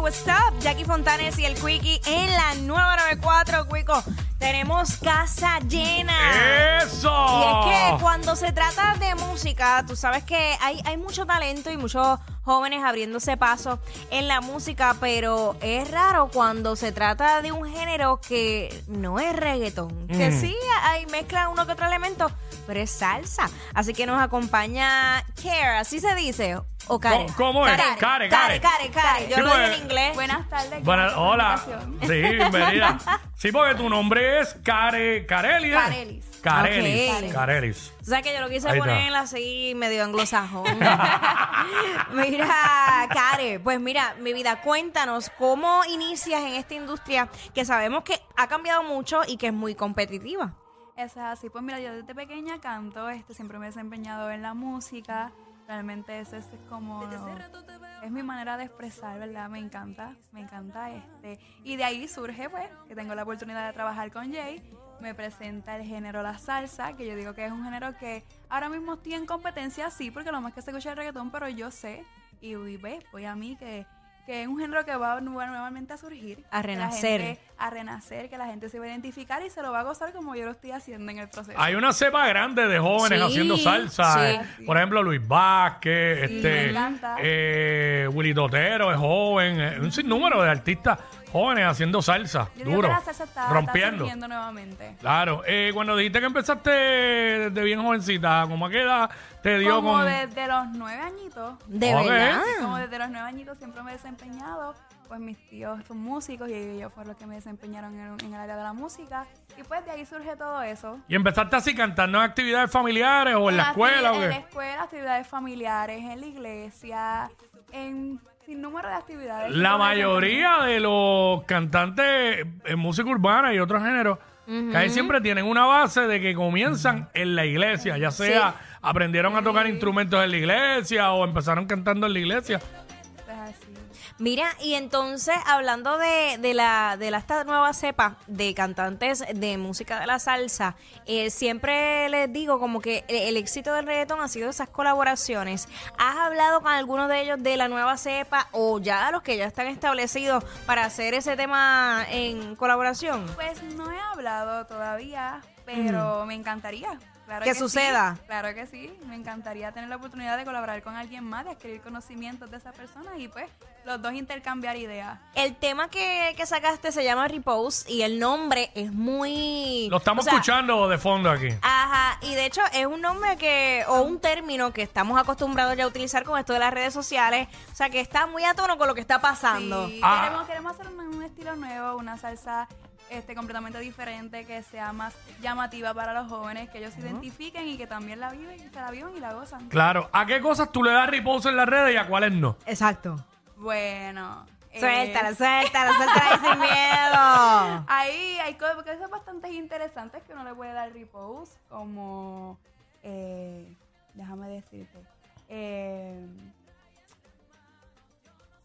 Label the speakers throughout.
Speaker 1: What's Up. Jackie Fontanes y el Quickie en la 994, Quico. Tenemos casa llena. Y
Speaker 2: ¡Eso!
Speaker 1: es que cuando se trata de música, tú sabes que hay, hay mucho talento y muchos jóvenes abriéndose paso en la música, pero es raro cuando se trata de un género que no es reggaetón. Que
Speaker 2: Mm.
Speaker 1: sí, ahí mezcla uno que otro elemento, pero es salsa. Así que nos acompaña Care, así se dice. O Care.
Speaker 2: ¿Cómo- cómo es? Care,
Speaker 1: Care,
Speaker 2: care.
Speaker 1: Care, Care. care. Yo
Speaker 2: Sí,
Speaker 1: lo digo
Speaker 2: pues.
Speaker 1: en inglés.
Speaker 3: Buenas tardes.
Speaker 2: Bueno,
Speaker 3: gracias por la
Speaker 2: hola.
Speaker 3: invitación.
Speaker 2: Sí, bienvenida. Sí, porque tu nombre es Care, Careli. ¿eh?
Speaker 3: Carelis.
Speaker 2: Carelis.
Speaker 1: Ok.
Speaker 2: Carelis.
Speaker 1: O sea que yo lo quise
Speaker 2: Ahí está.
Speaker 1: poner así medio anglosajón. mira, Care, pues mira, mi vida, cuéntanos cómo inicias en esta industria que sabemos que ha cambiado mucho y que es muy competitiva.
Speaker 3: Eso es así. Pues mira, yo desde pequeña canto, este, siempre me he desempeñado en la música. Realmente eso es como... Es mi manera de expresar, ¿verdad? Me encanta, me encanta este. Y de ahí surge, pues, que tengo la oportunidad de trabajar con Jay. Me presenta el género la salsa, que yo digo que es un género que ahora mismo estoy en competencia, sí, porque lo más que se escucha es el reggaetón, pero yo sé y vi- ve, voy a mí que, que es un género que va nu- nuevamente a surgir.
Speaker 1: A
Speaker 3: que la
Speaker 1: renacer.
Speaker 3: gente- a renacer, que la gente se va a identificar y se lo va a gozar como yo lo estoy haciendo en el proceso.
Speaker 2: Hay una cepa grande de jóvenes
Speaker 1: Sí,
Speaker 2: haciendo salsa.
Speaker 1: sí.
Speaker 2: eh. Por ejemplo, Luis Vázquez,
Speaker 3: Sí, me
Speaker 2: este,
Speaker 3: encanta.
Speaker 2: eh, Willy Totero es joven, eh, un sinnúmero de artistas jóvenes haciendo salsa,
Speaker 3: yo digo
Speaker 2: duro,
Speaker 3: que la salsa está, está
Speaker 2: rompiendo.
Speaker 3: surgiendo nuevamente.
Speaker 2: Claro, eh, cuando dijiste que empezaste desde bien jovencita, ¿cómo a qué edad te dio
Speaker 3: Como
Speaker 2: con...?
Speaker 3: desde los nueve añitos.
Speaker 1: De
Speaker 2: Ok.
Speaker 1: verdad.
Speaker 3: Y como desde los nueve añitos siempre me he desempeñado, pues mis tíos son músicos y ellos fueron los que me desempeñaron en, en el área de la música. Y pues de ahí surge todo eso.
Speaker 2: ¿Y empezaste así cantando en actividades familiares o en la escuela o
Speaker 3: Ah, En la
Speaker 2: qué?
Speaker 3: escuela, actividades familiares, en la iglesia, en sin número de actividades.
Speaker 2: La mayoría de los cantantes en música urbana y otros géneros, que ahí siempre tienen una base de que comienzan en la iglesia, ya sea aprendieron a tocar instrumentos en la iglesia o empezaron cantando en la iglesia.
Speaker 3: Esto es Pues así.
Speaker 1: Mira, y entonces hablando de, de la, de la- esta nueva cepa de cantantes de música de la salsa, eh, siempre les digo como que e, el, el éxito del reggaetón ha sido esas colaboraciones. ¿Has hablado con alguno de ellos de la nueva cepa o ya los que ya están establecidos para hacer ese tema en colaboración?
Speaker 3: Pues no he hablado todavía, pero me encantaría. Claro
Speaker 1: Que
Speaker 3: sí,
Speaker 1: suceda.
Speaker 3: claro que sí. Me encantaría tener la oportunidad de colaborar con alguien más, de adquirir conocimientos de esa persona y pues los dos intercambiar ideas.
Speaker 1: El tema que, que sacaste se llama Repose y el nombre es muy...
Speaker 2: Lo estamos
Speaker 1: o sea,
Speaker 2: escuchando de fondo aquí.
Speaker 1: Ajá, y de hecho es un nombre que, o un término que estamos acostumbrados ya a utilizar con esto de las redes sociales, o sea que está muy a tono con lo que está pasando.
Speaker 3: Sí,
Speaker 2: Ah.
Speaker 3: queremos, queremos hacer un, un estilo nuevo, una salsa este, completamente diferente que sea más llamativa para los jóvenes, que ellos se identifiquen y que también la viven, se la viven y la gozan.
Speaker 2: Claro, ¿a qué cosas tú le das repose en las redes y a cuáles no?
Speaker 1: Exacto.
Speaker 3: Bueno. eh,
Speaker 1: Suéltala, suéltala, suéltala y sin miedo.
Speaker 3: Ahí hay co- cosas bastante interesantes que uno le puede dar repose, como, eh, déjame decirte, eh,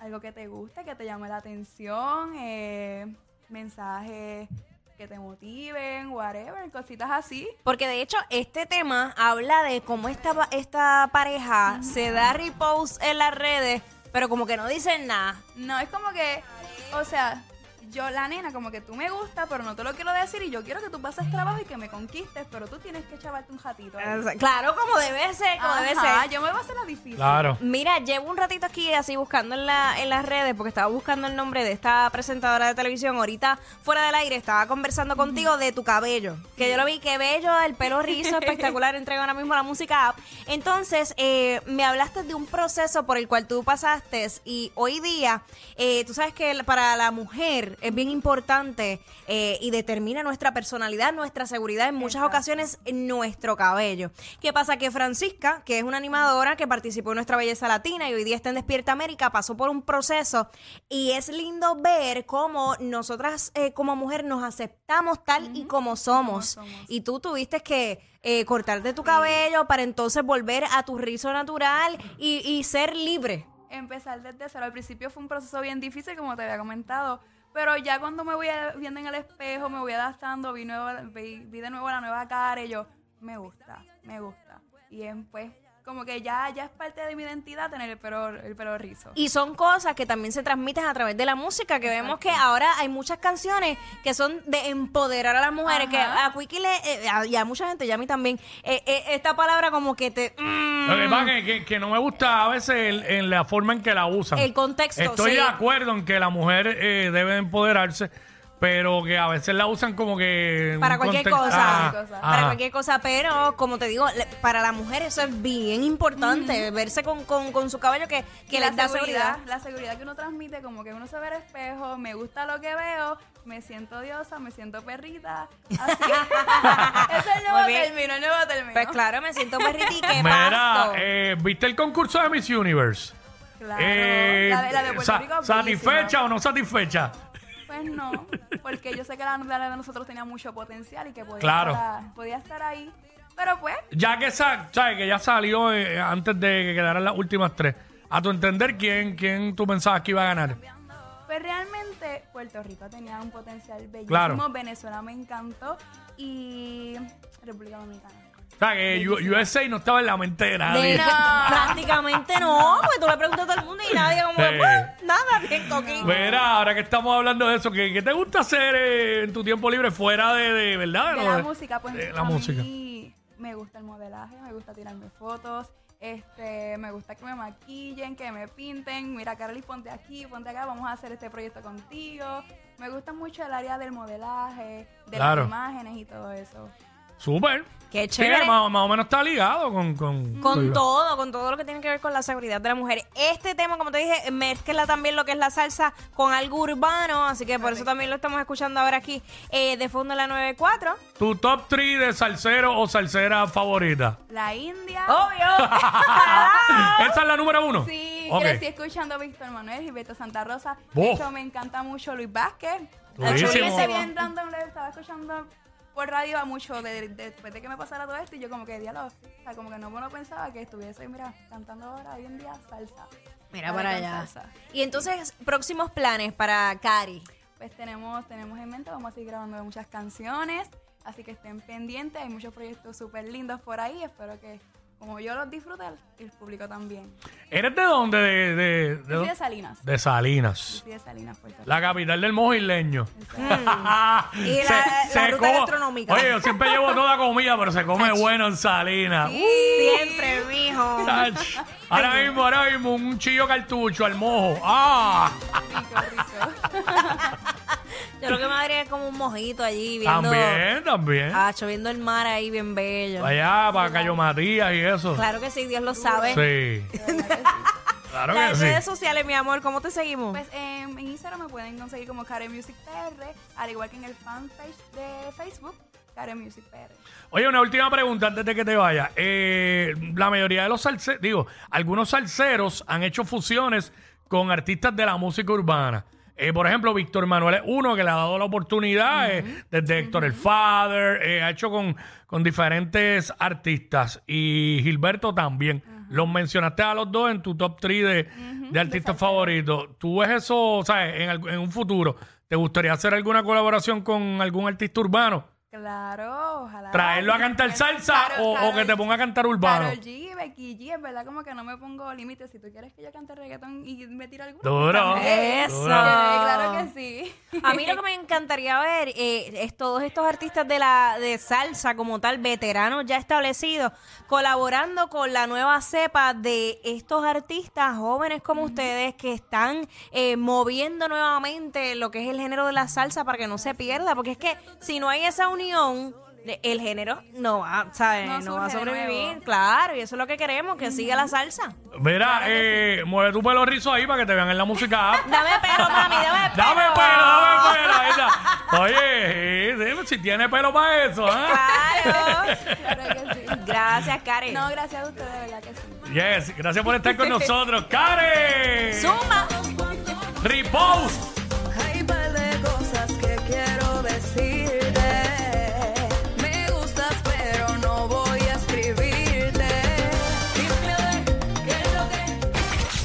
Speaker 3: algo que te guste, que te llame la atención, eh, mensajes que te motiven, whatever, cositas así.
Speaker 1: Porque de hecho este tema habla de cómo esta, pa- esta pareja se da repost en las redes, pero como que no dicen nada.
Speaker 3: No, es como que, o sea, yo la nena, como que tú me gusta, pero no te lo quiero decir y yo quiero que tú pases trabajo y que me conquistes, pero tú tienes que chavarte un ratito. ahí.
Speaker 1: Claro, como debe ser, como debe
Speaker 3: Ajá,
Speaker 1: ser.
Speaker 3: yo me voy a hacer la difícil.
Speaker 2: Claro.
Speaker 1: Mira, llevo un ratito aquí así buscando en, la- en las redes porque estaba buscando el nombre de esta presentadora de televisión. Ahorita fuera del aire estaba conversando contigo de tu cabello, que yo lo vi, que bello, el pelo rizo, espectacular, entrega ahora mismo la música app. Entonces, eh, me hablaste de un proceso por el cual tú pasaste y hoy día, eh, tú sabes que el- para la mujer es bien importante eh, y determina nuestra personalidad, nuestra seguridad en muchas
Speaker 3: Exacto.
Speaker 1: ocasiones es nuestro cabello. ¿Qué pasa? Que Francisca, que es una animadora que participó en Nuestra Belleza Latina y hoy día está en Despierta América, pasó por un proceso y es lindo ver cómo nosotras eh, como mujer nos aceptamos tal y como somos.
Speaker 3: Como somos.
Speaker 1: Y tú tuviste que eh, cortarte tu cabello para entonces volver a tu rizo natural y, y ser libre.
Speaker 3: empezar desde cero. Al principio fue un proceso bien difícil, como te había comentado. Pero ya cuando me voy a- viendo en el espejo, me voy adaptando, vi, nuevo, vi, vi de nuevo la nueva cara y yo, me gusta, me gusta. Y en, pues como que ya, ya es parte de mi identidad tener el pelo, el pelo rizo.
Speaker 1: Y son cosas que también se transmiten a través de la música, que vemos que ahora hay muchas canciones que son de empoderar a las mujeres, que a Quickie le, eh, a- y a mucha gente, y a mí también, eh, eh, esta palabra como que te... mm,
Speaker 2: Lo que pasa es que, que no me gusta a veces el- en la forma en que la usan.
Speaker 1: El contexto,
Speaker 2: Estoy
Speaker 1: sí.
Speaker 2: de acuerdo en que la mujer eh, debe empoderarse, pero que a veces la usan como que... en
Speaker 1: para
Speaker 2: un
Speaker 1: cualquier
Speaker 2: contexto- Ah,
Speaker 1: cosa,
Speaker 2: Ajá,
Speaker 1: para
Speaker 2: ajá.
Speaker 1: cualquier cosa, pero como te digo, le- para la mujer eso es bien importante, verse con, con, con su cabello que, que
Speaker 3: Y
Speaker 1: les da seguridad.
Speaker 3: La seguridad que uno transmite, como que uno se ve al espejo, me gusta lo que veo, me siento diosa, me siento perrita. Así. Ese es el nuevo
Speaker 1: Muy bien.
Speaker 3: término, el nuevo término.
Speaker 1: Pues claro, me siento perrita y qué
Speaker 2: ah. Mira,
Speaker 1: pasto.
Speaker 2: eh, ¿viste el concurso de Miss Universe?
Speaker 3: Claro,
Speaker 2: Eh,
Speaker 3: la, de- la de Puerto
Speaker 2: sa-
Speaker 3: Rico.
Speaker 2: ¿Satisfecha
Speaker 3: bellísima.
Speaker 2: o no satisfecha?
Speaker 3: Pues no, porque yo sé que la, la de nosotros tenía mucho potencial y que podía,
Speaker 2: Claro.
Speaker 3: estar, podía estar ahí. Pero pues,
Speaker 2: Ya que, sa- sabes que ya salió eh, antes de que quedaran las últimas tres, a tu entender, ¿quién, quién tú pensabas que iba a ganar?
Speaker 3: Pues realmente Puerto Rico tenía un potencial bellísimo.
Speaker 2: Claro.
Speaker 3: Venezuela me encantó. Y República Dominicana.
Speaker 2: O sea, que U- USA no estaba en la mente de
Speaker 1: De-
Speaker 2: nadie.
Speaker 1: Prácticamente no, porque tú le preguntas a todo el mundo y nadie como,
Speaker 2: Sí.
Speaker 1: "Pues, nada, bien coquín.
Speaker 2: Mira, ahora que estamos hablando de eso, ¿qué, qué te gusta hacer eh, en tu tiempo libre fuera de, de- ¿verdad?
Speaker 3: De
Speaker 2: Lo
Speaker 3: la
Speaker 2: de-
Speaker 3: música, pues
Speaker 2: eh, de la
Speaker 3: a
Speaker 2: música.
Speaker 3: mí me gusta el modelaje, me gusta tirarme fotos, este, me gusta que me maquillen, que me pinten. Mira, Carly, ponte aquí, ponte acá, vamos a hacer este proyecto contigo. Me gusta mucho el área del modelaje, de
Speaker 2: Claro.
Speaker 3: las imágenes y todo eso.
Speaker 2: Súper.
Speaker 1: Qué
Speaker 2: Sí,
Speaker 1: chévere.
Speaker 2: más, más o menos está ligado con... Con,
Speaker 1: Con todo, con todo lo que tiene que ver con la seguridad de la mujer. Este tema, como te dije, mezcla también lo que es la salsa con algo urbano, así que por eso también lo estamos escuchando ahora aquí eh, de fondo en la 94.
Speaker 2: Tu top 3 de salsero o salsera favorita.
Speaker 3: La India.
Speaker 1: ¡Obvio!
Speaker 2: Esa es la número uno.
Speaker 3: Sí,
Speaker 2: Ok.
Speaker 3: crecí escuchando a Víctor Manuel y Beto Santa Rosa.
Speaker 2: Oh.
Speaker 3: De hecho, me encanta mucho Luis Vázquez. De hecho,
Speaker 2: Buenísimo.
Speaker 3: ese bien random le estaba escuchando por radio a mucho de- de- después de que me pasara todo esto y yo como que diálogo, o sea, como que no, no pensaba que estuviese, mira, cantando ahora hoy en día salsa.
Speaker 1: Mira
Speaker 3: Ahora
Speaker 1: para
Speaker 3: con
Speaker 1: allá.
Speaker 3: salsa.
Speaker 1: Y entonces, próximos planes para Cari.
Speaker 3: Pues tenemos, tenemos en mente, vamos a seguir grabando muchas canciones, así que estén pendientes, hay muchos proyectos súper lindos por ahí, espero que como yo los disfrute, el público también.
Speaker 2: ¿Eres de dónde? De, de, de,
Speaker 3: Yo soy
Speaker 2: dónde?
Speaker 3: de Salinas,
Speaker 2: De Salinas.
Speaker 3: soy de Salinas, Puerto
Speaker 2: La capital del mojileño.
Speaker 1: Y la- la ruta
Speaker 2: come-
Speaker 1: gastronómica.
Speaker 2: Oye, yo siempre llevo toda comida, pero se come bueno en Salinas.
Speaker 1: Uh,
Speaker 2: ¡Uh!
Speaker 1: Siempre, mijo.
Speaker 2: Ach. Ahora mismo, ahora mismo, un chillo cartucho al mojo. ¡Ah!
Speaker 3: Rico, rico.
Speaker 1: Yo lo que me daría es como un mojito allí viendo.
Speaker 2: También, también.
Speaker 1: Acho, viendo el mar ahí bien bello.
Speaker 2: Allá para Cayo Matías y eso.
Speaker 1: Claro que sí, Dios lo sabe.
Speaker 2: Sí. Claro que
Speaker 1: Las
Speaker 2: sí.
Speaker 1: redes sociales, mi amor, ¿cómo te seguimos?
Speaker 3: Pues eh, en Instagram me pueden conseguir como Karen Music PR, al igual que en el fanpage de Facebook, Karen Music PR.
Speaker 2: Oye, una última pregunta antes de que te vaya. Eh, la mayoría de los salseros, digo, algunos salseros han hecho fusiones con artistas de la música urbana. Eh, por ejemplo, Víctor Manuel es uno que le ha dado la oportunidad, eh, desde Héctor el Father, eh, ha hecho con, con diferentes artistas. Y Gilberto también. Los mencionaste a los dos en tu top 3 de, de artistas favoritos. ¿Tú ves eso, o sea, en, alg- en un futuro, te gustaría hacer alguna colaboración con algún artista urbano?
Speaker 3: Claro, ojalá.
Speaker 2: ¿Traerlo a cantar salsa o, o que te ponga a cantar urbano?
Speaker 3: Karol G, Becky G, en verdad como que no me pongo límites. Si tú quieres que yo cante reggaetón y me tire alguna.
Speaker 2: Duro.
Speaker 3: también.
Speaker 1: Eso.
Speaker 3: Eh, Claro que sí.
Speaker 1: A mí lo que me encantaría ver eh, es todos estos artistas de la de salsa como tal, veteranos ya establecidos, colaborando con la nueva cepa de estos artistas jóvenes como ustedes que están eh, moviendo nuevamente lo que es el género de la salsa para que no se pierda, porque es que si no hay esa unión, de- el género no va, ¿sabes? No,
Speaker 3: No
Speaker 1: va a
Speaker 3: surge de
Speaker 1: sobrevivir,
Speaker 3: nuevo.
Speaker 1: claro, y eso es lo que queremos, que siga la salsa.
Speaker 2: Mira, eh, mueve tu pelo rizo ahí para que te vean en la música. app.
Speaker 1: Dame pelo, mami, dame pelo.
Speaker 2: dame pelo, dame pelo. ahí está. Oye, eh, dime si tiene pelo para eso. ¿ah?
Speaker 1: Claro.
Speaker 3: Claro que sí.
Speaker 1: Gracias, Karen.
Speaker 3: No, gracias a ustedes, de verdad que sí.
Speaker 2: Yes, gracias por estar con nosotros. Karen,
Speaker 1: Suma.
Speaker 2: repost.
Speaker 4: Hay par de cosas que quiero decirte. Me gustas, pero no voy a escribirte. Dime a ver, ¿qué es lo